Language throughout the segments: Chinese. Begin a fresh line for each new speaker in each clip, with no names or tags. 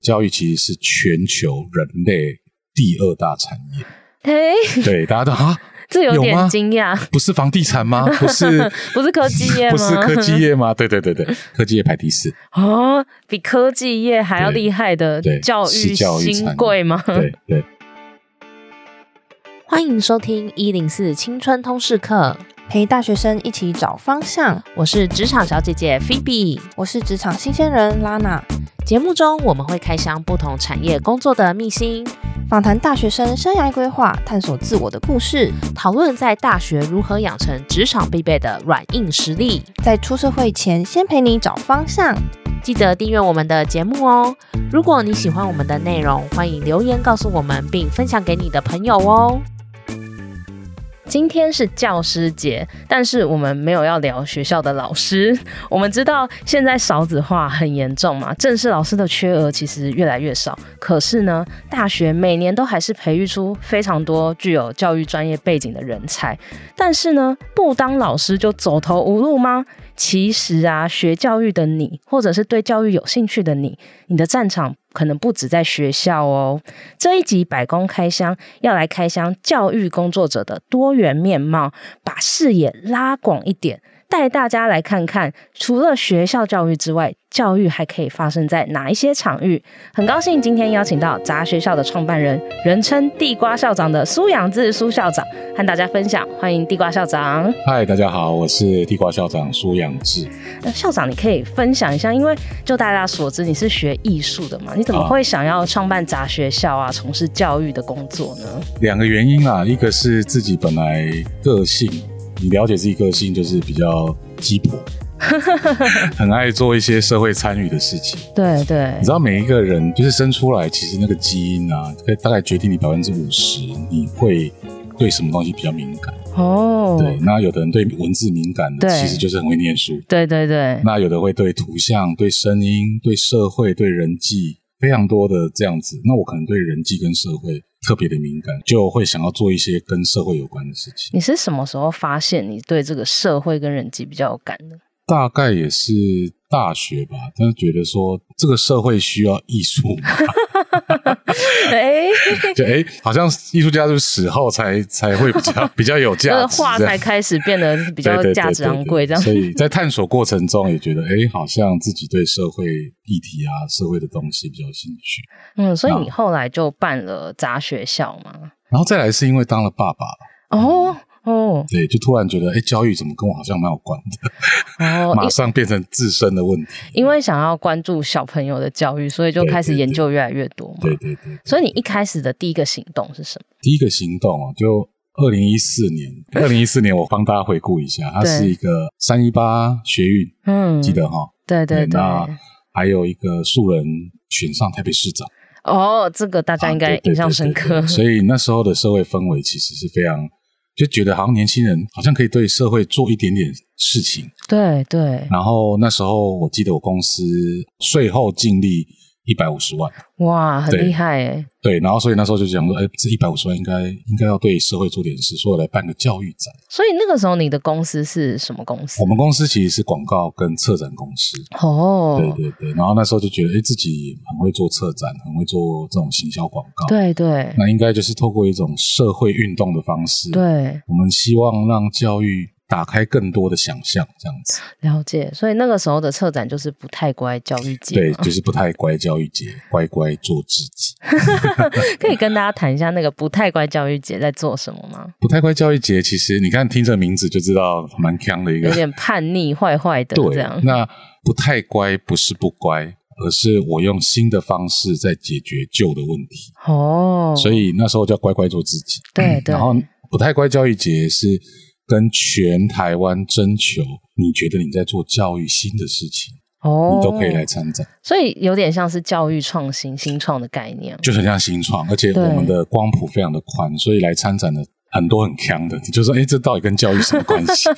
教育其实是全球人类第二大产 业。
哎，
对，大家都啊，
这有
有吗
点惊讶，
不是房地产 吗？不是
不是科技业吗？
不是科技业 吗？对对对对，科技业排第四。
哦，比科技业还要
对
厉害的
对
教
是
育
教育产
新
业
贵吗？
对对，
欢迎收听一零四青春通识课，
陪大学生一起找方向。
我是职场小姐姐 Phoebe。
我是职场新鲜人拉娜，
节目中我们会开箱不同产业工作的秘辛，
访谈大学生生涯规划，探索自我的故事，
讨论在大学如何养成职场必备的软硬实力。
在出社会前先陪你找方向。
记得订阅我们的节目哦！如果你喜欢我们的内容，欢迎留言告诉我们，并分享给你的朋友哦。今天是教师节，但是我们没有要聊学校的老师。 我们知道现在少子化很严重嘛，正式老师的缺额其实越来越少。可是呢，大学每年都还是培育出非常多具有教育专业背景的人才。但是呢，不当老师就走投无路吗？其实啊，学教育的你，或者是对教育有兴趣的你，你的战场可能不止在学校哦。这一集百工开箱要来开箱教育工作者的多元面貌，把视野拉广一点，带大家来看看，除了学校教育之外，教育还可以发生在哪一些场域？很高兴今天邀请到杂学校的创办人，人称地瓜校长的苏养志苏校长，和大家分享。欢迎地瓜校长。
嗨，大家好，我是地瓜校长苏养志。
呃校长，你可以分享一下，因为就大家所知，你是学艺术的嘛，你怎么
啊
会想要创办杂学校啊，从事教育的工作呢？
两个原因啊啦，一个是自己本来个性，你了解自己个性就是比较鸡 婆，很爱做一些社会参与的事情。
对对
你知道每一个人就是生出来，其实那个基因啊，可以大概决定你百分之五十你会对什么东西比较敏感。
哦，
对，那有的人对文字敏感的，
对
其实就是很会念书。
对对对
那有的会对图像、对声音、对社会、对人际非常多的这样子。那我可能对人际跟社会特别的敏感，就会想要做一些跟社会有关的事情。
你是什么时候发现你对这个社会跟人际比较有感 的？
大概也是大学吧，但是觉得说这个社会需要艺术嘛，
哎，
就哎、好像艺术家就是死后才才会比较比较有
这
价
个
值，
画
这样
才开始变得比
比
较价值昂贵，这样
所以在探索过程中也觉得，哎、好像自己对社会议题啊、社会的东西比较有兴趣。
嗯，所以你后来就办了杂学校嘛？
然后再来是因为当了爸爸，嗯
哦哦
对，就突然觉得，哎，教育怎么跟我好像蛮有关的，
哦，
马上变成自身的问题。
因因为想要关注小朋友的教育，所以就
对
开始
对
研
对
究越来越多嘛。
对对对，
所以你一开始的第一个行动是什么？
第一个行动哦，就二零一四 年，二零一四年我帮大家回顾一下，它
对
是一个三一八学运，
嗯，
记得哈、哦，
对对对。
那还有一个素人选上台北市长，
哦，这个大家应
啊
该
对对
印象深
对
刻。
对对所以那时候的社会氛围其实是非常。就觉得好像年轻人好像可以对社会做一点点事情，
对对，
然后那时候我记得我公司税后净利一百五十万，
哇，很
对
厉害哎。
对，然后所以那时候就想说，哎，这一百五十万应该应该要对社会做点事，所以我来办个教育展。
所以那个时候你的公司是什么公司
我？们公司其实是广告跟策展公司，
哦，
对对对。然后那时候就觉得，哎，自己很会做策展，很会做这种行销广告，
对对
那应该就是透过一种社会运动的方式，，
对，
我们希望让教育打开更多的想象，这样子。
了解。所以那个时候的策展就是不太乖教育节
对，
嘛，
就是不太乖教育节，乖乖做自己。
可以跟大家谈一下那个不太乖教育节在做什么吗？
不太乖教育节，其实你看听这名字就知道蛮强的一个
有点叛逆、坏坏的
对嗯
这样，。
那不太乖不是不乖，而是我用新的方式在解决旧的问题。
哦，
所以那时候叫乖乖做自己。
对对
然后不太乖教育节是跟全台湾征求，你觉得你在做教育新的事情，
哦，
你都可以来，参展，
所以有点像是教育创新、新创的概念。
就很像新创，而且
哦对
我们的光谱非常的宽，所以来参展的。很多很强的，你就说，哎、这到底跟教育什么关 系？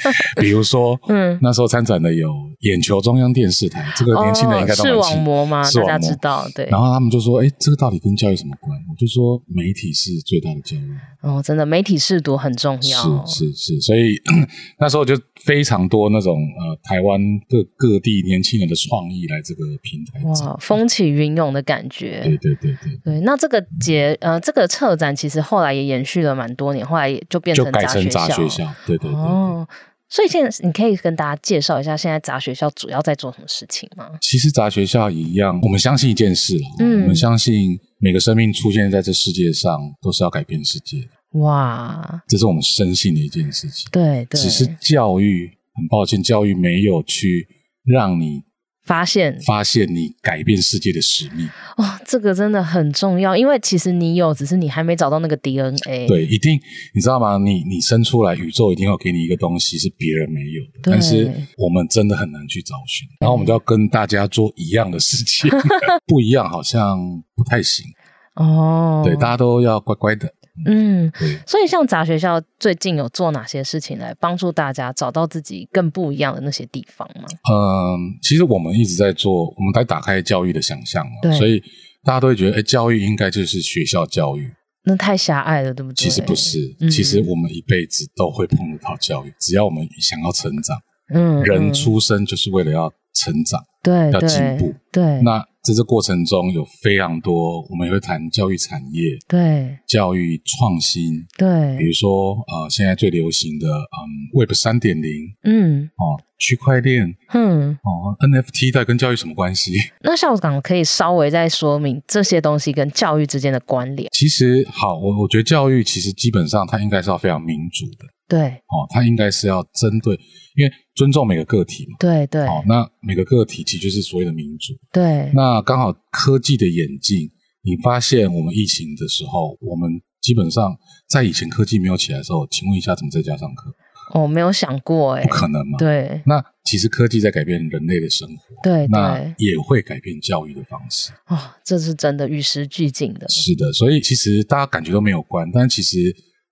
比如说，
嗯，
那时候参展的有眼球中央电视台，这个年轻人应该都
哦视
蛮
网
清楚。
膜吗？
视
大
网
家
膜
知道，对。
然后他们就说：“哎，这个到底跟教育什么关？”我就说：“媒体是最大的教育。
哦，真的媒体试读很重要。
是是是，所以 那时候就非常多那种呃台湾各各地年轻人的创意来这个平台展。
哇，风起云涌的感觉。
对对对对，
对，那这个节呃，这个策展其实后来也延续了蛮多年，后来也就变
就
成
改成杂学
学
校。对对对对。
哦，所以现在你可以跟大家介绍一下，现在杂学校主要在做什么事情吗？
其实杂学校也一样，我们相信一件事了，
嗯
我们相信每个生命出现在这世界上都是要改变世界的，
哇，
这是我们深信的一件事情。
对对，
只是教育，很抱歉，教育没有去让你
发现
发现你改变世界的使命。
哇、这个真的很重要，因为其实你有，只是你还没找到那个 DNA。
对，一定你知道吗？你你生出来，宇宙一定要给你一个东西是别人没有的，
对嗯
但是我们真的很难去找寻。然后我们就要跟大家做一样的事情， 不一样好像不太行。
哦，
对，大家都要乖乖 的。
嗯
对，
所以像杂学校最近有做哪些事情来帮助大家找到自己更不一样的那些地方吗？
嗯，其实我们一直在做，我们在打开教育的想象
对
嘛，所以大家都会觉得，哎，教育应该就是学校教育。
那太狭隘了，对不对？
其实不是，
嗯
其实我们一辈子都会碰得到教育，只要我们想要成长，
嗯，嗯，
人出生就是为了要成长。
对
要
对
进步，
对
那在这过程中有非常多，我们也会谈教育产业、
对
教育创新，比
对，
如说呃，现在最流行的嗯 Web 三点零
嗯
哦，区块链
哼。
哦，NFT 到底跟教育什么关系？
那校长可以稍微再说明这些东西跟教育之间的关联。
其实好，我我觉得教育其实基本上它应该是要非常民主的
对
哦，它应该是要针对，因为尊重每个个体嘛。
对对
好、那每个个体其实就是所谓的民主。
对，
那刚好科技的演进，你发现我们疫情的时候，我们基本上在以前科技没有起来的时候，请问一下，怎么在家上课？
我没有想过哎
不，可能嘛？
对
那其实科技在改变人类的生活，
对
那
对，
也会改变教育的方式。
哦，这是真的与时俱进的。
是的，所以其实大家感觉都没有关，但其实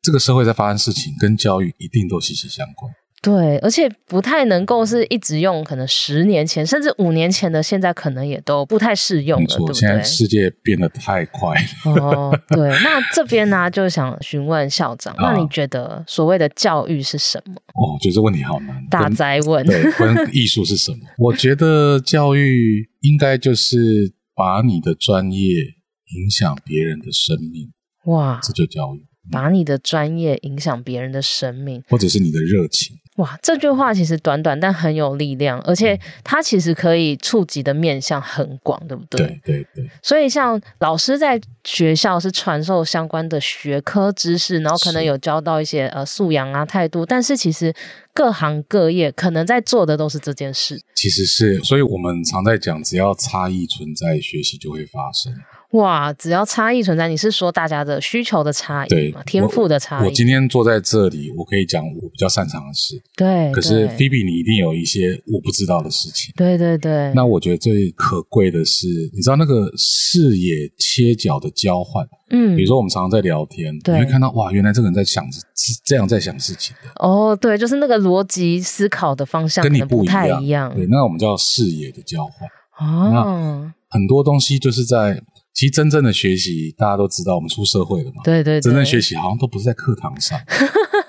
这个社会在发生事情，跟教育一定都息息相关。
对，而且不太能够是一直用，可能十年前甚至五年前的，现在可能也都不太适用
没
了，对
错，
不
现
对
在？世界变得太快了。
哦，对。那这边呢，就想询问 校长，那
啊
你觉得所谓的教育是什么？
哦，我觉得这问题好难。
大
跟
灾问。
对，跟艺术是什么？我觉得教育应该就是把你的专业影响别人的生命，
哇，
这就教育，
把你的专业影响别人的生命。
或者是你的热情。
哇，这句话其实短短但很有力量，
嗯
而且它其实可以触及的面向很广，对不对？
对对对，
所以像老师在学校是传授相关的学科知识，然后可能
是
有教到一些呃素养啊态度，但是其实各行各业可能在做的都是这件事。
其实是，所以我们常在讲，只要差异存在，学习就会发生。
哇，只要差异存在，你是说大家的需求的差异
对
吗？天赋的差
我今
异？
天坐在这里，我可以讲我比较擅长的事，
对，
可是
哎对
Phoebe 你一定有一些我不知道的事情。
对对对，
那我觉得最可贵的是，你知道那个视野切角的交换，
嗯，
比如说我们常常在聊天，你
对
会看到哇，原来这个人在想是是这样在想事情的，
哦，对，就是那个逻辑思考的方向
跟
可
你
能不
一
太
样。
一样
对，那我们叫视野的交换。
哦，
很多东西就是在，其实真正的学习，大家都知道，我们出社会了嘛。
对对对，
真正学习好像都不是在课堂 上，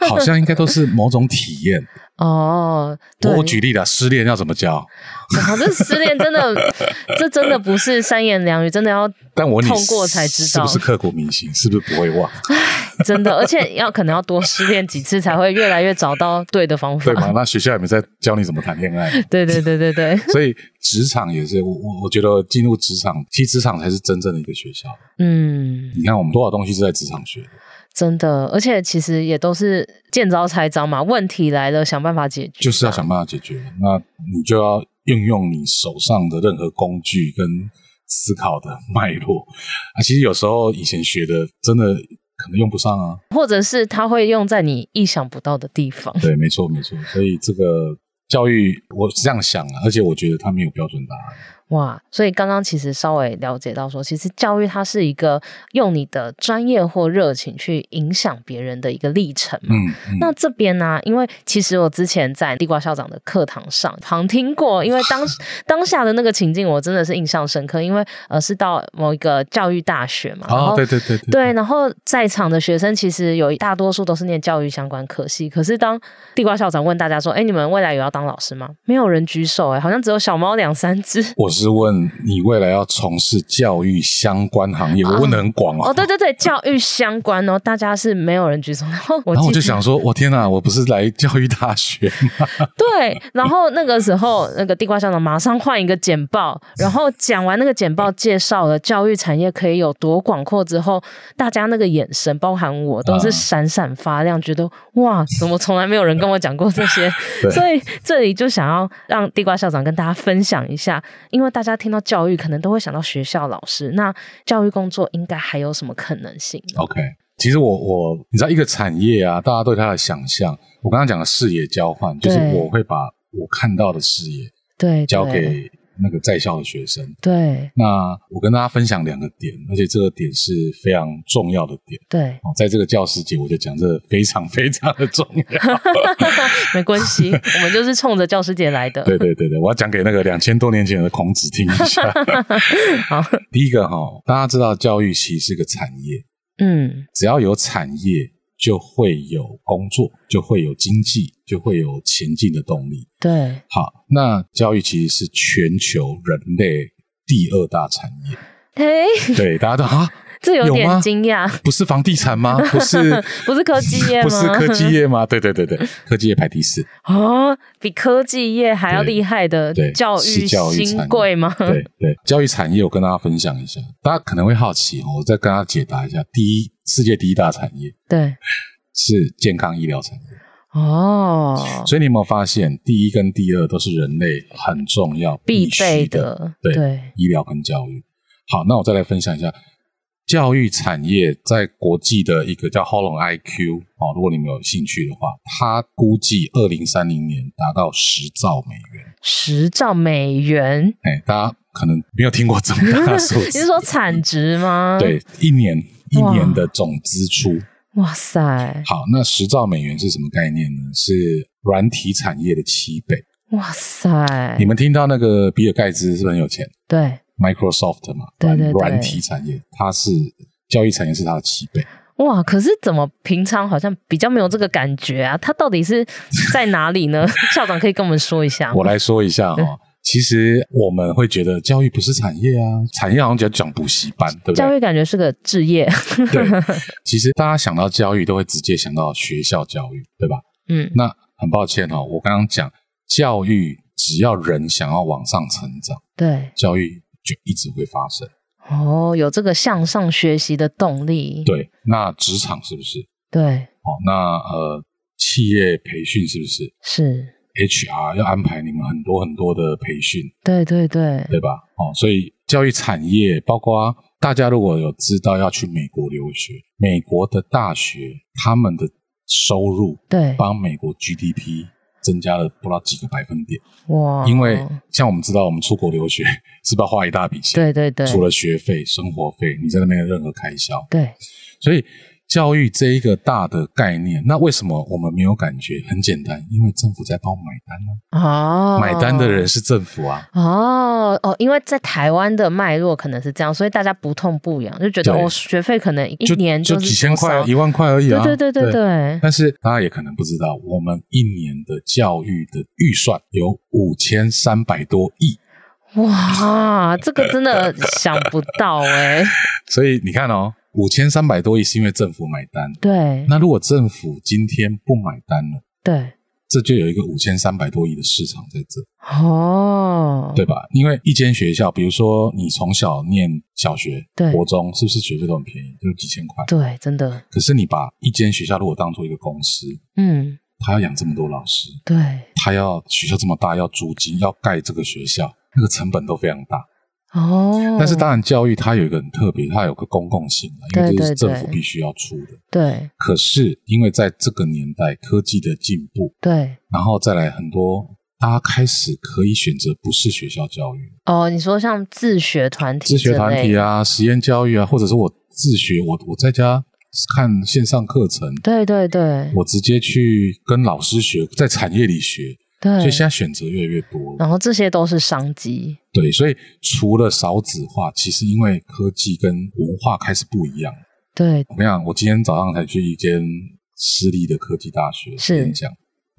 好像应该都是某种体验。
哦，对，
我我举例啦，失恋要怎么教？
哇，这失恋真的，这真的不是三言两语，真的要
但我你
痛过才知
是
道
不是刻骨铭心，是不是不会忘，
真的，而且要可能要多失恋几次才会越来越找到对的方法
对。吗？那学校也没在教你怎么谈恋爱。
对对对对对，
所以职场也是，我我我觉得进入职场，其实职场才是真正的一个学校。
嗯，
你看，我们多少东西是在职场学的，
真的，而且其实也都是见招拆招嘛，问题来了想办法解决，
就是要想办法解决。那你就要运用你手上的任何工具跟思考的脉络啊。其实有时候以前学的，真的可能用不上啊。
或者是他会用在你意想不到的地方。
对，没错，没错。所以这个教育，我是这样想啊，而且我觉得它没有标准答案。
哇，所以刚刚其实稍微了解到说，其实教育它是一个用你的专业或热情去影响别人的一个历程嘛。
嗯，嗯
那这边呢、因为其实我之前在地瓜校长的课堂上常听过，因为当当下的那个情境我真的是印象深刻，因为呃是到某一个教育大学嘛，然
哦，
后
对对对对
对，然后在场的学生其实有一大多数都是念教育相关科系，可是当地瓜校长问大家说：“哎，你们未来有要当老师吗？”没有人举手、哎，好像只有小猫两三只。
我是问你未来要从事教育相关行业，我问的很广
哦，
哦。
对对对，教育相关哦，大家是没有人举手。然后我
然后我
记
就
得
想说，我天哪，我不是来教育大学吗？
对，然后那个时候，那个地瓜校长马上换一个简报，然后讲完那个简报介绍了教育产业可以有多广阔之后，大家那个眼神，包含我，都是
嗯
闪闪发亮，觉得哇，怎么从来没有人跟我讲过这些？
对
所以这里就想要让地瓜校长跟大家分享一下，因为大家听到教育可能都会想到学校老师，那教育工作应该还有什么可能性呢？
OK，其实我我你知道一个产业啊，大家对它的想象，我刚刚讲的视野交换，就是
对
我会把我看到的视野
对，
交
对
给那个在校的学生。
对
那我跟大家分享两个点，而且这个点是非常重要的点
对，
哦，在这个教师节我就讲这个非常非常的重要。
没关 系，我们就是冲着教师节来的。
对对对对，我要讲给那个两千多年前的孔子听一下。
好，
第一个哈、大家知道教育其实是个产业，
嗯，
只要有产业，就会有工作，就会有经济，就会有前进的动力。
对，
好，那教育其实是全球人类第二大产业。
嘿，
对，大家都 啊，
这有
有
点
吗
惊讶，
不是房地产吗？不是
啊 不是科技业吗
不是科技业吗？对对对对，科技业排第四。
哦，比科技业还要
对
厉害的
对
教
是
育
教育产
新
业
贵吗？
对对，教育产业我跟大家分享一下，大家可能会好奇哦，我再跟大家解答一下。第一，世界第一大产业
对，
是健康医疗产业。
哦，
所以你有没有发现，第一跟第二都是人类很重要、
必备
须
的，
对
对，
医疗跟教育。好，那我再来分享一下教育产业在国际的一个叫 Holon IQ 哦，如果你们有兴趣的话，它估计二零三零年达到十兆美元。
十兆美元，
哎，大家可能没有听过这么大的数字，
你是说产值吗？，
对一年一
嗯哇
年的总支出。
哇塞，
好，那十兆美元是什么概念呢？是软体产业的七倍。
哇塞
你，们听到那个比尔盖茨是不是很有钱？
对，
Microsoft 嘛，
对
软
对对
软体产业，它是教育产业是它的七倍。
哇，可是怎么平常好像比较没有这个感觉啊？它到底是在哪里 呢？校长可以跟我们说一下吗。
我来说一下哈、哦，其实我们会觉得教育不是产业啊，产业好像只要讲补习班，对不
教
对？
育感觉是个 置业，
对，其实大家想到教育都会直接想到学校教育，对吧？
嗯，
那很抱歉哦，我刚刚讲教育，只要人想要往上成长，
对，
教育就一直会发生。
哦，有这个向上学习的动力，
对，那职场是不是？
对
哦，那呃，企业培训是不是？
是，
HR 要安排你们很多很多的培训，
对对对，
对吧？哦，所以教育产业包括大家如果有知道要去美国留学，美国的大学他们的收入
对，
帮美国 GDP 增加了不知道几个百分点，
哇，
因为像我们知道，我们出国留学 是不是要花一大笔钱？
对对对，
除了学费、生活费，你在那边的任何开销，
对
所以教育这一个大的概念，那为什么我们没有感觉？很简单，因为政府在帮我们买单呢、
哦，
买单的人。是政府啊。
哦哦，因为在台湾的脉络可能是这样，所以大家不痛不痒，就觉得
对
我、哦、学费可能一
就
年
就是几千
多
块、
少
一万块而已啊。
对对对对对，
但是大家也可能不知道，我们一年的教育的预算有五千三百多亿，
哇，这个真的想不到 哎、
所以你看哦，五千三百多亿是因为政府买单。
对
那如果政府今天不买单了，
对，
这就有一个五千三百多亿的市场在这，
哦，
对吧？因为一间学校，比如说你从小念小学
对、
国中，是不是学费都很便宜，就几千块？
对，真的，
可是你把一间学校如果当做一个公司，
嗯，
他要养这么多老师，
对，
他要学校这么大，要租金，要盖这个学校，那个成本都非常大。
哦，
但是当然，教育它有一个很特别，它有个公共性啊，因为
对
这是
对
政府
对
必须要出的。
对
可是因为在这个年代，科技的进步，
对
然后再来很多大家开始可以选择不是学校教育，
哦，你说像自学团体
自
之
学
类的、
团体啊、实验教育啊，或者是我自学，我我在家看线上课程，
对对对
我直接去跟老师学，在产业里学，
对，
所以现在选择越来越多了。
然后这些都是商机，
对，所以除了少子化，其实因为科技跟文化开始不一样。
对
我跟你讲，我今天早上才去一间私立的科技大学
是
演讲，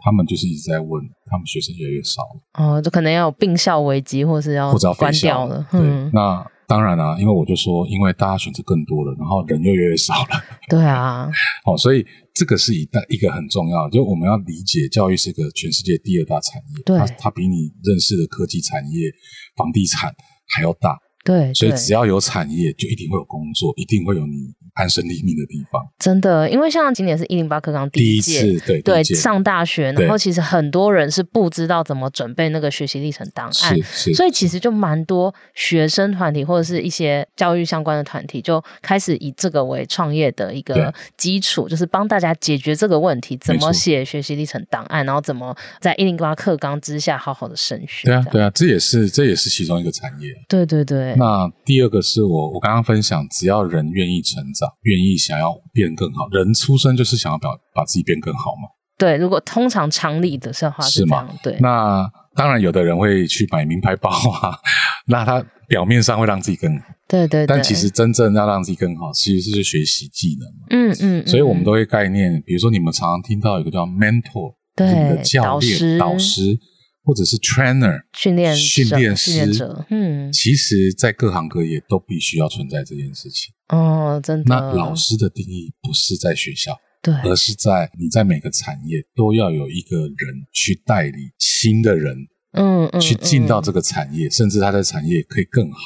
他们就是一直在问，他们学生越来越少了，
哦，就可能要有并校危机，或是要
或者要
哦关
废校
掉了，
对，
嗯，
那当然啊啦、因为我就说，因为大家选择更多了，然后人又越来越少了，
对啊，
好、哦所以这个是一大一个很重要的，就我们要理解教育是个全世界第二大产业，
对
它它比你认识的科技产业、房地产还要大，
对，
所以
对
只要有产业，就一定会有工作，一定会有你安身立命的地方。
真的，因为像今年是一零八课纲
第
一
一
届，
次对第
对
一届
上大学，
对
然后其实很多人是不知道怎么准备那个学习历程档案
是，是，
所以其实就蛮多学生团体或者是一些教育相关的团体，就开始以这个为创业的一个
对
基础，就是帮大家解决这个问题，怎么
错
写学习历程档案，然后怎么在一零八课纲之下好好的升学。
对啊，
这样
对啊，这也是这也是其中一个产业。
对对对，
那第二个是我我刚刚分享，只要人愿意成长，愿意想要变更好，人出生就是想要把把自己变更好嘛。
对，如果通常常理的话
是
这
吗
样，对，
那当然，有的人会去买名牌包啊， 那他表面上会让自己更好，
对对对，
但其实真正要让自己更好，其实是学习技能嘛。
嗯，嗯嗯，
所以我们
都
都会概念，比如说你们常常听到有个叫 mentor，就是你的
对
教
导
练、
师
导师，或者是 trainer
训练
训
者
练
训练
师
者，嗯，
其实，在各行各业都必须要存在这件事情。
哦，真的，
那老师的定义不是在学校，
对
而是在你在每个产业都要有一个人去带领新的人
嗯嗯，
去进到这
个
个产业，甚至他在产业可以更好。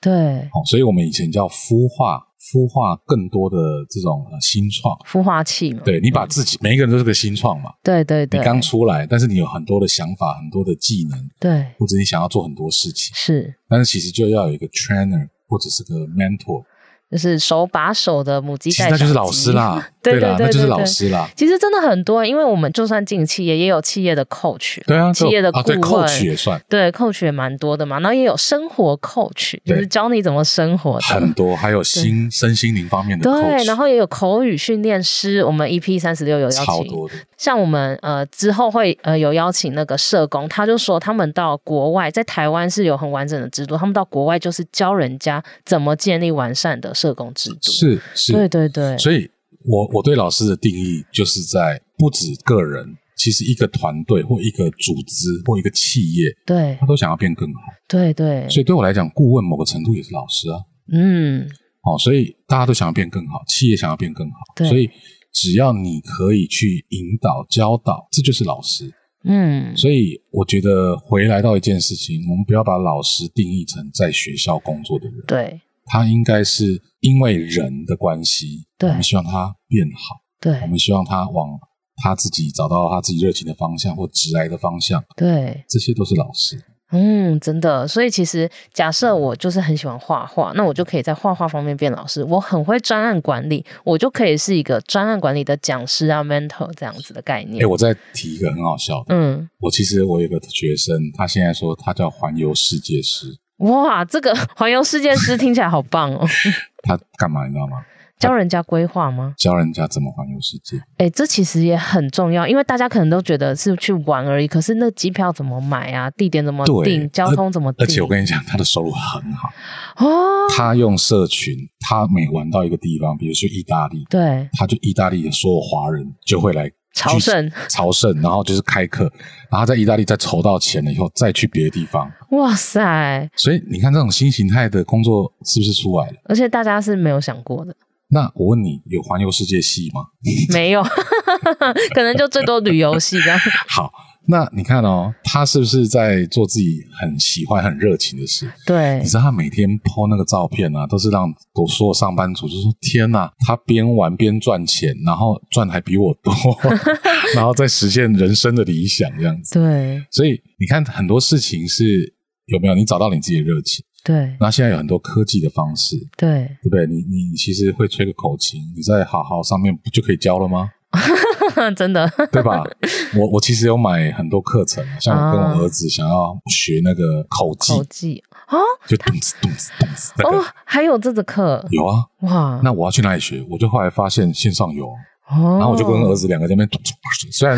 对
哦，所以我们以前叫孵化，孵化更多的这种呃新创。
孵化器嘛，
对你把自己每一个人都是个新创嘛，
对嗯对
你
对，
刚出来，但是你有很多的想法、很多的技能，
对
或者你想要做很多事情，
是。
但是其实就要有一个 trainer 或者是个 mentor，
就是手把手的母鸡
其实
带
那就是
小
老师
鸡，
啦
对对
啦，那
对
就是
对
老
对
师啦。
其实真的很多，因为我们就算进企业，也有企业的 coach，
对啊，
企
就
业的
啊，对
顾问
，coach 也算
对 coach 也蛮多的嘛，然后也有生活 coach，就是
对
教你怎么生活的，
很多，还有心身心灵方面的
对，然
coach，
后也有口语训练师，我们 EP 三十六有邀
超
请，
多的，
像我们呃之后会呃有邀请那个社工，他就说他们到国外，在台湾是有很完整的制度，他们到国外就是教人家怎么建立完善的社工制度。
是
对
是。
对对，
所以我我对老师的定义就是在不止个人，其实一个团队或一个组织或一个企业，
对
他都想要变更好。
对对，
所以对我来讲，顾问某个程度也是老师啊。
嗯，
哦，所以大家都想要变更好，企业想要变更好，
对
所以只要你可以去引导、教导，这就是老师。
嗯，
所以我觉得回来到一件事情，我们不要把老师定义成在学校工作的人，
对
他应该是因为人的关系，
对
我们希望他变好，我
对
们希望他往他自己找到他自己热情的方向或直来的方向，
对，
这些都是老师。
嗯，真的。所以其实假设我就是很喜欢画画，那我就可以在画画方面变老师。我很会专案管理，我就可以是一个专案管理的讲师啊，mentor 这样子的
哎、
概念。
我再提一个很好笑的，
嗯，
我其实我有个学生，他现在说他叫环游世界师，
哇，这个 环游世界师听起来好棒 哦！
他干嘛你知道吗？
教人家规划吗？
教人家怎么环游世界。
哎、这其实也很重要，因为大家可能都觉得是去玩而已，可是那机票怎么买啊？地点怎么
对
定？交通怎么定？
而且我跟你讲，他的收入很好。
哦，
他用社群，他每玩到一个地方，比如说意大利，
对，
他就意大利的所有华人就会来
朝圣，
朝圣，然后就是开课，然后在意大利再筹到钱了以后，再去别的地方。
哇塞！
所以你看，这种新形态的工作是不是出来了？
而且大家是没有想过的，
那我问你，有环游世界系吗？
没有， 可能就最多旅游系这样。
好，那你看哦，他是不是在做自己很喜欢、很热情的事？
对
你，知道他每天 PO 那个照片啊，都是让我所有上班族就说：“天呐，他边玩边赚钱，然后赚还比我多， 然后再实现人生的理想这样子。
对，”
所以你看，很多事情是有没有你找到你自己的热情？
对，
那现在有很多科技的方式，
对，
对不对？你你你其实会吹个口琴，你在好好上面不就可以教了吗？
真的，
对 吧？我我其实有买很多课程，啊像我跟我儿子想要学那个口技，
啊口技啊，
就咚哧咚哧咚哧那
哦
个。，
还有这个课
有啊，
哇，
那我要去哪里学？我就后来发现线上有，
哦，
然后我就跟儿子两个在那边咚哧咚哧。虽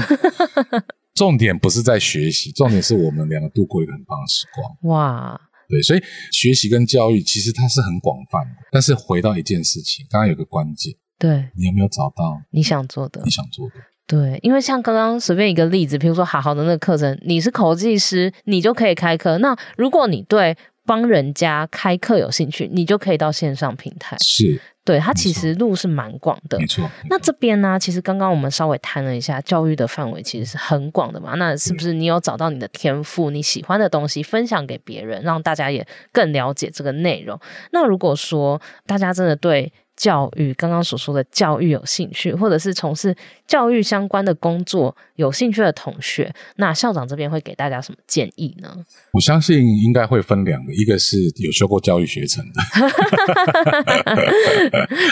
然 重点不是在学习，重点是我们两个度过一个很棒的时光。
哇，
对，所以学习跟教育其实它是很广泛的。但是回到一件事情，刚刚有个关键，
对，
你有没有找到
你想做的
你想做的？
对，因为像刚刚随便一个例子，比如说好好的那个课程，你是口技师，你就可以开课。那如果你对帮人家开课有兴趣，你就可以到线上平台。
是，
对，它其
没错
实路是蛮广的
没。错。
那这边呢、其实刚刚我们稍微谈了一下，教育的范围其实是很广的嘛。那是不
嗯
是你有找到你的天赋，你喜欢的东西，分享给别人，让大家也更了解这个内容？那如果说大家真的对教育刚刚所说的教育有兴趣，或者是从事教育相关的工作有兴趣的同学，那校长这边会给大家什么建议呢？
我相信应该会分两个，一个是有修过教育学程的，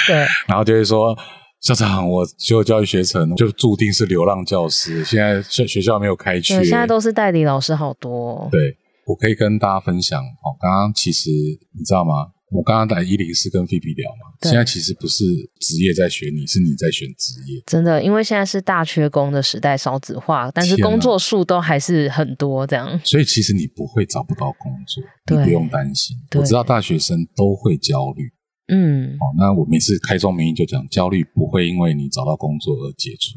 对，
然后就会说。校长，我修教育学程，就注定是流浪教师。现在学学校没有开缺，
对，现在都是代理老师好多、哦，
对，我可以跟大家分享哦。刚刚其实你知道吗？我刚刚来一零四跟菲比聊嘛，
对
现在其实不是职业在选你，是你在选职业。
真的，因为现在是大缺工的时代，少子化，但是
天哪
工作数都还是很多，这样
所以其实你不会找不到工作，
对
你不用担心。
对
我知道大学生都会焦虑
嗯，
哦。那我每次开宗明义就讲，焦虑不会因为你找到工作而解除，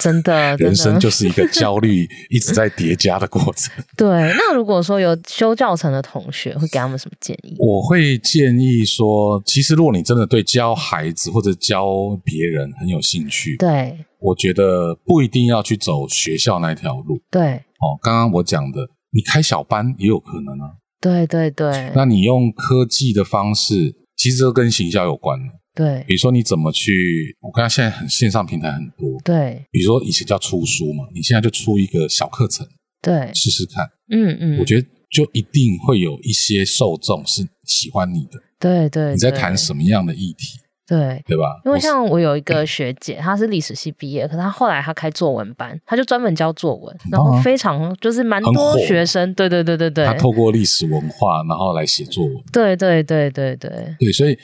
真的，啊真
人
的
生就是一个焦 虑一直在叠加的过程。
对。那如果说有修教程的同学，会给他们什么建议？
我会建议说，其实如果你真的对教孩子或者教别人很有兴趣，
对
我觉得不一定要去走学校那条路。
对
哦，刚刚我讲的，你开小班也有可能啊。
对对对
那你用科技的方式，其实这跟行销有关的。
对
比如说你怎么去，我看现在很线上平台很多，
对
比如说以前叫出书嘛，你现在就出一个小课程
对，
试试看，
嗯嗯，
我觉得就一定会有一些受众是喜欢你的。
对对，
你在谈什
么？
么样的议题，
对。
对吧？
因为
我
像我有一个学姐，她是历史系毕业，可是她后来她开作文班，她就专门教作文，然
棒啊
后非常就是蛮
很
多
火
学生，对对对对对
他，透过历史文化，然后来写作文。
对对对对对
对，所以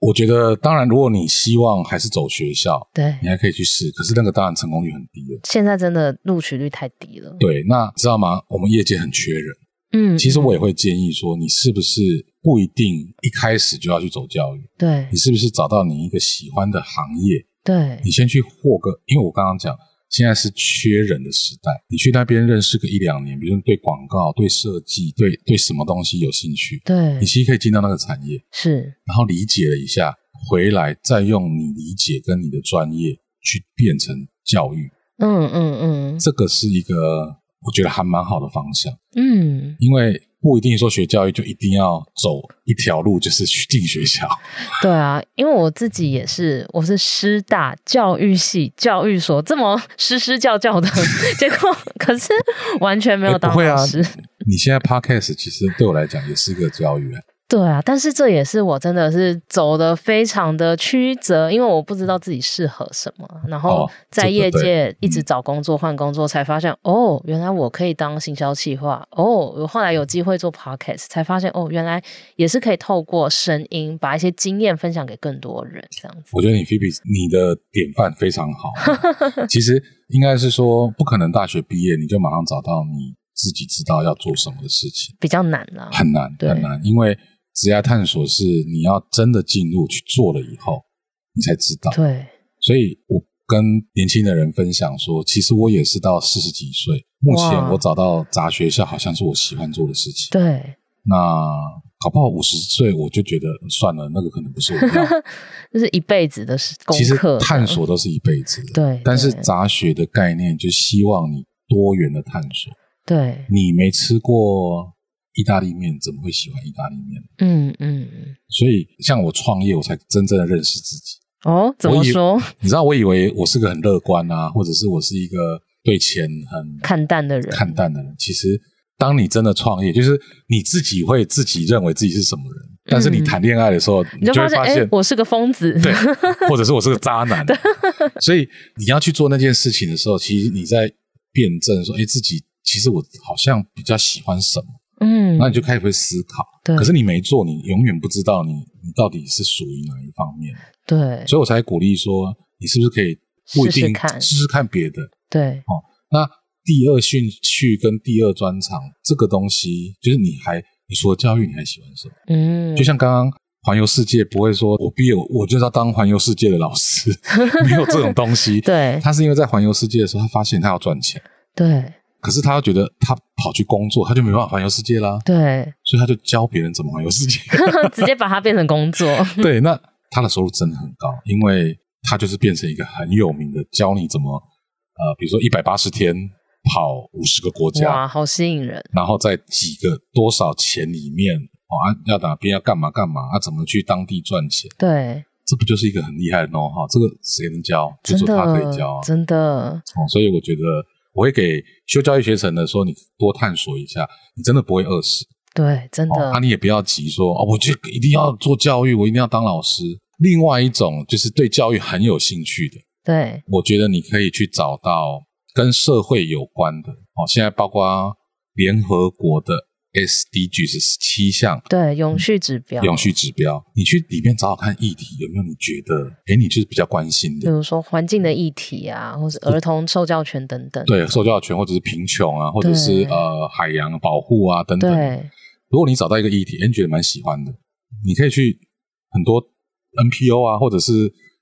我觉得，当然，如果你希望还是走学校，
对
你，还可以去试，可是那个当然成功率很低了。
现在真的录取率太低了。
对，那知道吗？我们业界很缺人，
嗯，
其实
嗯
我也会建议说，你是不是不一定一开始就要去走教育？
对
你是不是找到你一个喜欢的行业，
对
你先去获个？因为我刚刚讲，现在是缺人的时代，你去那边认识个一两年，比如说你对广告、对设计、对对什么东西有兴趣，
对
你其实可以进到那个产业，
是，
然后理解了一下，回来再用你理解跟你的专业去变成教育，
嗯嗯嗯
这个是一个我觉得还蛮好的方向。
嗯，
因为不一定说学教育就一定要走一条路，就是去进学校。
对啊，因为我自己也是，我是师大教育系教育所这么 师师教教的，结果可是完全没有
哎
当
不会啊
老师。
你现在 podcast 其实对我来讲也是一个教育、
对啊，但是这也是我真的是走的非常的曲折，因为我不知道自己适合什么，然后
哦
在
这个
业
对
界一直
嗯
找工作、换工作，才发现哦，原来我可以当行销企划。哦，我后来有机会做 podcast，才发现哦，原来也是可以透过声音把一些经验分享给更多人，这样子。
我觉得你 Phoebe 你的典范非常好。啊 其实应该是说，不可能大学毕业你就马上找到你自己知道要做什么的事情，
比较难啦、
很难
对
很难，因为职业探索是你要真的进入去做了以后，你才知道。
对
所以我跟年轻的人分享说，其实我也是到四十几岁，目前
哇
我找到杂学校好像是我喜欢做的事情。
对，
那搞不好五十岁我就觉得算了，那个可能不是我 要。
就是一辈子的事功
其实
课这样。
探索都是一辈子的，
对，
但是
对
杂学的概念就希望你多元的探索。
对，
你没吃过意大利面，怎么会喜欢意大利面？
嗯嗯，嗯
所以像我创业，我才真正的认识自己。
哦，怎
我
么
以
说？
你知道，我以为我是个很乐观啊，或者是我是一个对钱很
看淡的人，
看淡的人。其实，当你真的创业，就是你自己会自己认为自己是什么人，但是你谈恋爱的时候，
嗯你就
会
发现，
发
哎、
现，
我是个疯子。
对，或者是我是个渣 男，所以你要去做那件事情的时候，其实你在辩证说，哎，自己其实我好像比较喜欢什么，
嗯，
那你就开始会思考。
对
可是你没做，你永远不知道你你到底是属于哪一方面，
对
所以我才鼓励说，你是不是可以不一定
试试看
试试看别的，
对，
哦那第二兴趣跟第二专长这个东西，就是你还你除了教育，你还喜欢什么？
嗯，
就像刚刚环游世界，不会说我毕业我我就是要当环游世界的老师， 没有这种东西。
对
他是因为在环游世界的时候，他发现他要赚钱，
对
可是他又觉得他跑去工作，他就没办法环游世界啦，
对，
所以他就教别人怎么环游世界。
直接把它变成 工作。
对，那他的收入真的很高，因为他就是变成一个很有名的，教你怎么呃，比如说一百八十天跑五十个国家，
哇，好吸引人。
然后在几个多少钱里面，哦啊，要哪边要干嘛干嘛啊，怎么去当地赚钱，
对，
这不就是一个很厉害的 know how？这个谁能教？就
真
是
的
他可以教啊。
真的，
哦，所以我觉得我会给修教育学程的说，你多探索一下，你真的不会饿死。
对，真
哦，
的，
啊，你也不要急说哦，我就一定要做教育，我一定要当老师。另外一种就是对教育很有兴趣的，
对，
我觉得你可以去找到跟社会有关的哦。现在包括联合国的 SDG 是十七项
对，永续指标，
嗯永，续指标，你去里面找找看议题有没有你觉得，哎，你就是比较关心
比
的，
如说环境的议题啊，或者儿童受教权等等。
对，受教权或者是贫穷啊，或者是
对
呃海洋保护啊等等。
对
如果你找到一个议题，诶你觉得蛮喜欢的，你可以去很多 NPO 啊，或者是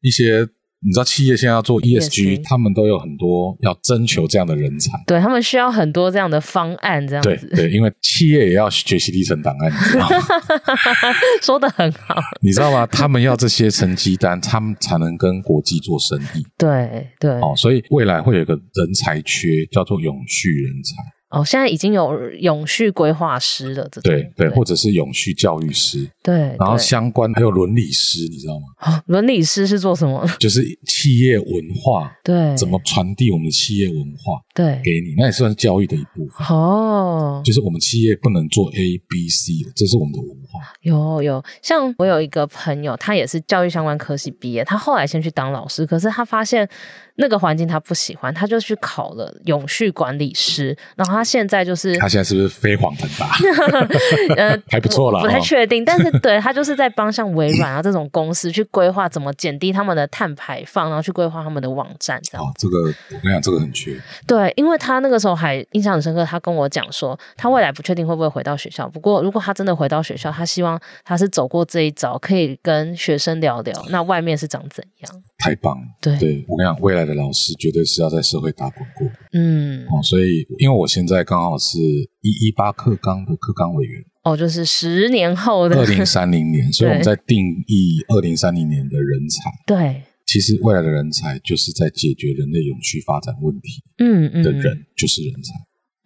一些你知道企业现在要做 ESG，
ESG
他们都有很多要征求这样的人才。
对，他们需要很多这样的方案，这样
对
子
对，因为企业也要学习历程档案，你知道吗？
说的很好。
你知道吗？他们要这些成绩单，他们才能跟国际做生意
对对，
哦。所以未来会有一个人才缺，叫做永续人才，
哦，现在已经有永续规划师了，这种
对对，
对
或者是永续教育师，
对，
然后
对
相关还有伦理师，你知道吗？
哦伦理师是做什么？
就是企业文化
对，
怎么传递我们的企业文化
对？
给你，那也算是教育的一部分。
哦，
就是我们企业不能做 A、B、C，这是我们的文化。
有有，像我有一个朋友，他也是教育相关科系毕业，他后来先去当老师，可是他发现那个环境他不喜欢，他就去考了永续管理师，然后他现在就是
他现在是不是飞黄腾达？
呃
还不错啦
我不太
哦
确定，但是对他就是在帮像微软啊这种公司去规划怎么减低他们的碳排放，然后去规划他们的网站这样
哦，这个我跟你讲，这个很缺。
对，因为他那个时候还印象很深刻，他跟我讲说，他未来不确定会不会回到学校。不过，如果他真的回到学校，他希望他是走过这一招，可以跟学生聊聊，那外面是长怎样？
太棒了！
对，
对我跟你讲，未来的老师绝对是要在社会打滚过
嗯，
哦。所以，因为我现在刚好是一一八课纲的课纲委员，
哦，就是十年后的
二零三零年， 所以我们在定义二零三零年的人才。
对，
其实，未来的人才就是在解决人类永续发展问题
嗯嗯，
的人，就是人才。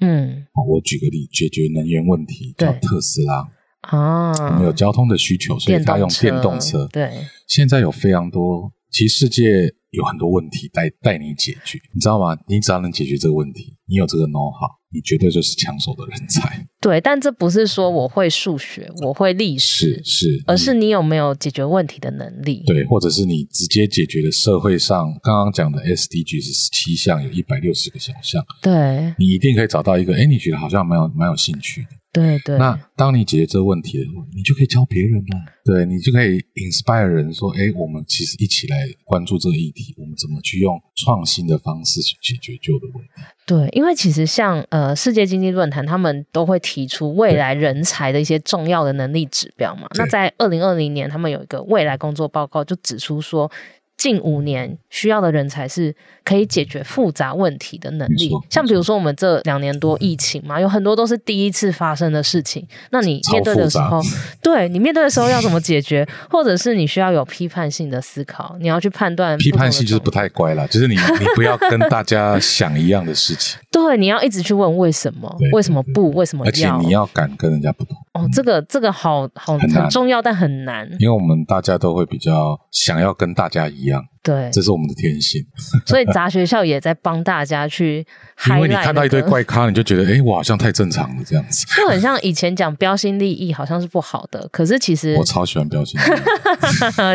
嗯
哦我举个例，解决能源问题，
对
叫特斯拉，
啊，
我们有交通的需求，所以
电
它
动
用电动车。，
对，
现在有非常多，其实世界有很多问题待待你解决，你知道吗？你只要能解决这个问题，你有这个 know how，你绝对就是抢手的人才。
对，但这不是说我会数学，我会历史
是，是，嗯
而 是你有没有解决问题的能力。
对，或者是你直接解决了社会上刚刚讲的 SDG 是十七项，有一百六十个小项，
对
你一定可以找到一个，哎，你觉得好像蛮有蛮有兴趣的。
对对，
那当你解决这个问题的时候，你就可以教别人了、对你就可以 inspire 人说，哎，我们其实一起来关注这个议题，我们怎么去用创新的方式去解决旧的问题？
对，因为其实像呃世界经济论坛，他们都会提出未来人才的一些重要的能力指标嘛。那
对
在二零二零年，他们有一个未来工作报告，就指出说，近五年需要的人才是可以解决复杂问题的能
没
力
错。
像比如说我们这两年多疫情嘛，有很多都是第一次发生的事情，那你面对的时候
超复，
对你面对的时候要怎么解决，或者是你需要有批判性的思考，你要去判断
批
不同
判
的
性就是
状
不太乖 啦，就是你你不要跟大家想一样的事情，
对，你要一直去问为什么
对，
为什么
对
不，为什么
而且
要？
你要敢跟人家不同，
哦，这个这个好好
很难
重要，但很难。
因为我们大家都会比较想要跟大家一样，
对，
这是我们的天性。
所以杂学校也在帮大家去 highlight 那个，
因为你看到一堆怪咖，你就觉得，哎，我好像太正常了这样子。
就很像以前讲标新立异好像是不好的，可是其实
我超喜欢标新立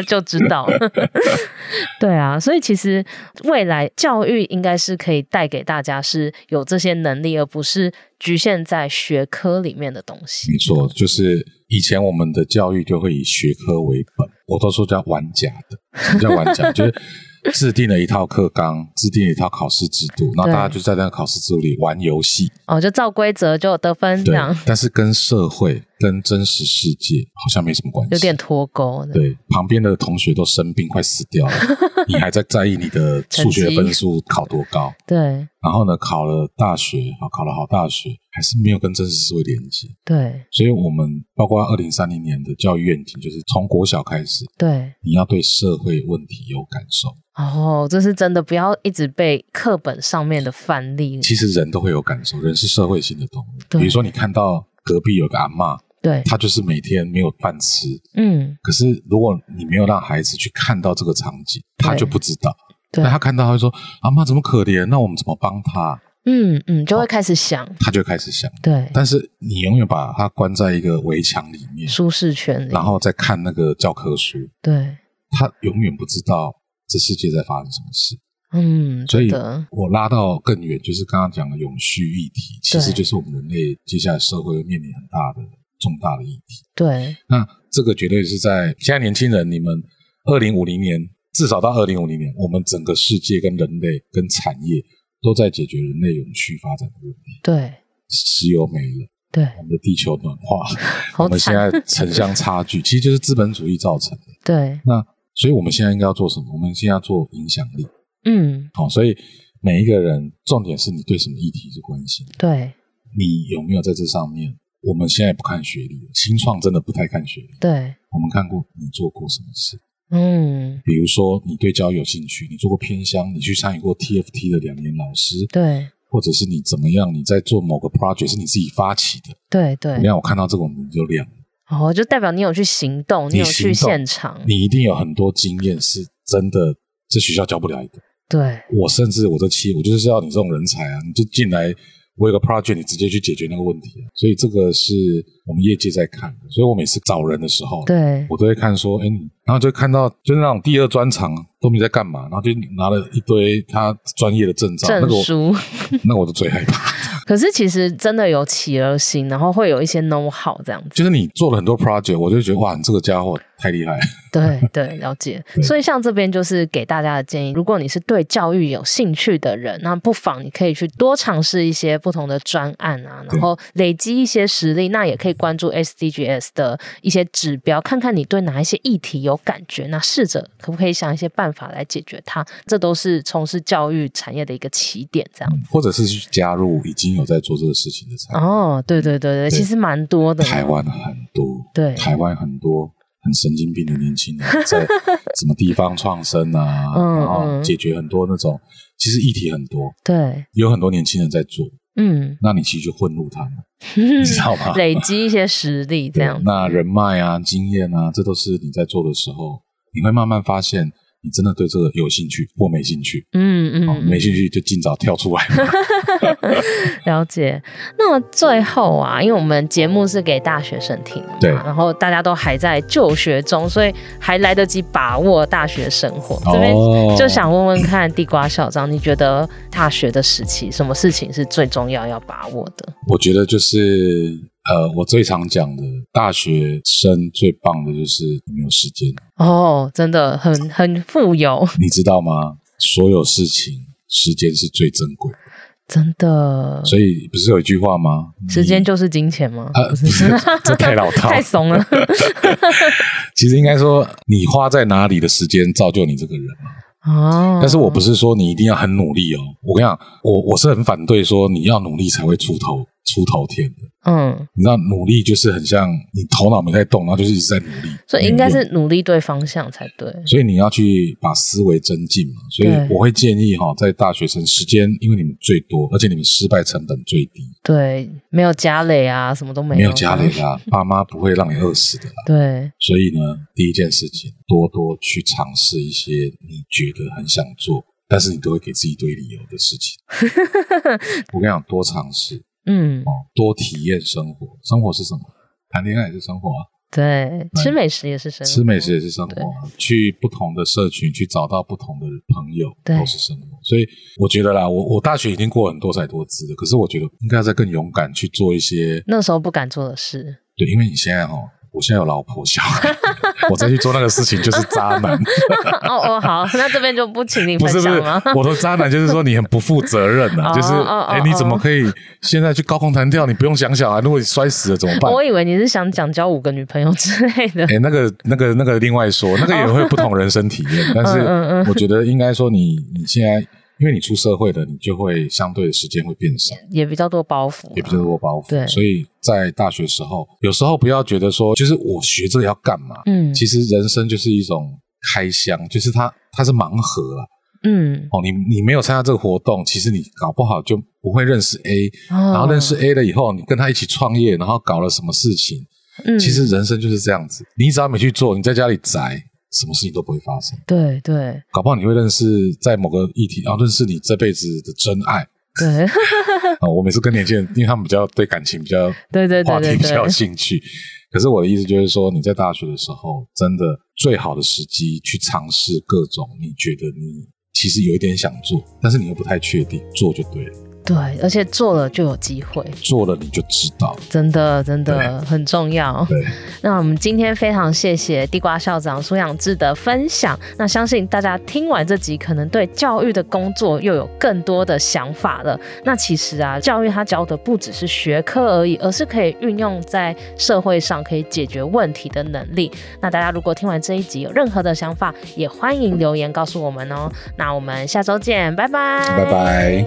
异，
就知道，对啊，所以其实未来教育应该是可以带给大家是有这些能力，而不是局限在学科里面的东西。
没错，就是以前我们的教育就会以学科为本，我都说叫玩假的，什么叫玩 假？就是制定了一套课纲，制定了一套考试制度，然后
对
大家就在那个考试制度里玩游戏，
哦，就照规则就有得分这
对
样，，
但是跟社会、跟真实世界好像没什么关系，
有点脱钩。
对，旁边的同学都生病快死掉 了，你还在在意你的数学分数考多高？
对
然后呢，考了大学，好考了好大学，还是没有跟真实社会连接。
对
所以，我们包括二零三零年的教育愿景，就是从国小开始，
对，
你要对社会问题有感受。
哦，这是真的，不要一直被课本上面的范例。
其实人都会有感受，人是社会性的动物。
对
比如说，你看到隔壁有个阿嬷，
对，
她就是每天没有饭吃，
嗯，
可是如果你没有让孩子去看到这个场景，他
对
就不知道。
对
那他看到他会说：“阿妈怎么可怜？那我们怎么帮他
嗯嗯，就会开始想，？”
他就会开始想。
对，
但是你永远把他关在一个围墙里面，
舒适圈里
然，后再看那个教科书，
对，
他永远不知道这世界在发生什么事。
嗯，
所以
真的，
我拉到更远，就是刚刚讲的永续议题，其实
对
就是我们人类接下来社会会面临很大的重大的议题。
对
那这个绝对是在现在年轻人，你们二零五零年至少到二零五零年，我们整个世界跟人类跟产业都在解决人类永续发展的问题。
对
石油没了，
对，
我们的地球暖化，我
好
们现
惨，
在城乡差距，其实就是资本主义造成的。
对，
那所以我们现在应该要做什么？我们现在要做影响力。
嗯，
好、哦所以每一个人，重点是你对什么议题是关心，
对
你有没有在这上面？我们现在不看学历，新创真的不太看学历。
对，
我们看过你做过什么事，
嗯，
比如说你对教育有兴趣，你做过偏乡，你去参与过 TFT 的两年老师，
对
或者是你怎么样，你在做某个 project 是你自己发起的，
对
你
对，
让我看到这个我们就亮了。
哦，就代表你有去行动，
你
有去
行动
现场，
你一定有很多经验是真的，这学校教不了一个。
对
我甚至我这期我就是要你这种人才啊，你就进来。我有个 project，你直接去解决那个问题啊、所以这个是我们业界在看的。所以我每次找人的时候，
对
我都会看说，哎、你然后就看到就是那种第二专长都没在干嘛，然后就拿了一堆他专业的证照，那
证
个我
书。
那个我就最害怕，
可是其实真的有企鹅心，然后会有一些 know how 这样子。
就是你做了很多 project，我就觉得哇，你这个家伙太厉害了，
对对，了 解。所以像这边就是给大家的建议，如果你是对教育有兴趣的人，那不妨你可以去多尝试一些不同的专案啊，然
对
后累积一些实力。那也可以关注 SDGs 的一些指标，看看你对哪一些议题有感觉，那试着可不可以想一些办法来解决它。这都是从事教育产业的一个起点，这样。
或者是去加入已经有在做这个事情的产业。
哦，对对对对，
嗯对
其实蛮多的。
台湾很多，
对
台湾很多很神经病的年轻 人在什么地方创生啊，
嗯
然后
嗯
解决很多那种其实议题很多，
对，
有很多年轻人在做，
嗯，
那你其实就混入 他们，你知道吗？
累积一些实力这
对
样子。
那人脉啊、经验啊，这都是你在做的时候，你会慢慢发现，你真的对这个有兴趣或没兴趣。
嗯嗯，
哦，
嗯
没兴趣就尽早跳出来嘛。
了解。那最后啊，因为我们节目是给大学生听的嘛，
对
然后大家都还在就学中，所以还来得及把握大学生活。 这边
哦
就想问问看，地瓜校长，你觉得大学的时期，什么事情是最重要要把握的？
我觉得就是呃，我最常讲的，大学生最棒的就是你没有时间，
哦，真的很很富有，
你知道吗？所有事情时间是最珍贵的，
嗯真的。
所以不是有一句话吗？
时间就是金钱吗？
啊，不是， 这太老套了
太。怂了。
其实应该说，你花在哪里的时间，造就你这个人嘛。
哦，
但是我不是说你一定要很努力哦，我跟你讲，我我是很反对说你要努力才会出头，出头天的。
嗯，
你知道，努力就是很像你头脑没在动，然后就是一直在努力，
所以应该是努力对方向才对。
所以你要去把思维增进嘛。所以
对
我会建议哈，在大学生时间，因为你们最多，而且你们失败成本最低，
对，没有家累啊，什么都没有，
没有家里 啦，爸妈不会让你饿死的啦。
对，
所以呢，第一件事情，多多去尝试一些你觉得很想做，但是你都会给自己一堆理由的事 情。我跟你讲，多尝试
嗯，
哦，多体验生活。生活是什么？谈恋爱也是生活啊，
对，吃美食也是生活，
吃美食也是生活啊，去不同的社群去找到不同的朋友
对
都是生活。所以我觉得啦，我我大学已经过很多彩多姿了，可是我觉得应该再更勇敢去做一些
那时候不敢做的事，
对，因为你现在哈，我现在有老婆小孩，我再去做那个事情就是渣男。
哦哦，好，那这边就不请 你
不
分
是不
享
是
了。，
我的渣男就是说你很不负责任呐、
哦
就是
哦
哎、
哦
你怎么
哦
可以现在去高空弹跳？你不用想小孩，如果你摔死了怎么办？
我以为你是想讲交五个女朋友之类的，
哎、那个、那个、那个，另外说，那个也会不同人生体 验。但
哦嗯嗯
是我觉得应该说你，你现在因为你出社会了，你就会相对的时间会变少，
也比较多包袱啊，
也比较多包
对
袱。所以在大学时候，有时候不要觉得说，就是我学这个要干嘛？
嗯
其实人生就是一种开箱，就是它它是盲盒啊。
嗯，
哦，你你没有参加这个活动，其实你搞不好就不会认识 A，、
然
然后认识 A 了以后，你跟他一起创业，然后搞了什么事情？
嗯
其实人生就是这样子，你只要没去做，你在家里宅，什么事情都不会发生。
对对
搞不好你会认识在某个议题，然后认识你这辈子的真爱
对
啊、我每次跟年轻人，因为他们比较对感情比较
对对对
话题
对
比较有
对，
兴趣。可是我的意思就是说，你在大学的时候，真的最好的时机去尝试各种你觉得你其实有一点想做，但是你又不太确定，做就对了，
对，而且做了就有机会，
做了你就知道了。
真的真的很重要。
对，
那我们今天非常谢谢地瓜校长苏养志的分享。那相信大家听完这集，可能对教育的工作又有更多的想法了。那其实啊，教育它教的不只是学科而已，而是可以运用在社会上可以解决问题的能力。那大家如果听完这一集有任何的想法，也欢迎留言告诉我们哦。那我们下周见，拜拜，
拜拜。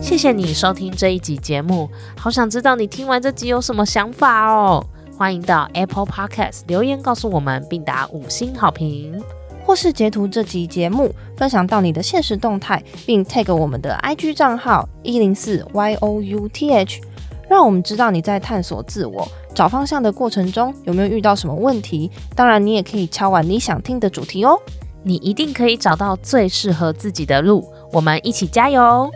谢谢你收听这一集节目，好想知道你听完这集有什么想法哦！欢迎到 Apple Podcast 留言告诉我们，并打五星好评。
或是截图这集节目，分享到你的现实动态，并 tag 我们的 IG 账号一零四 y o u t h，让我们知道你在探索自我、找方向的过程中有没有遇到什么问题。当然，你也可以敲完你想听的主题哦。
你一定可以找到最适合自己的路，我们一起加油！哦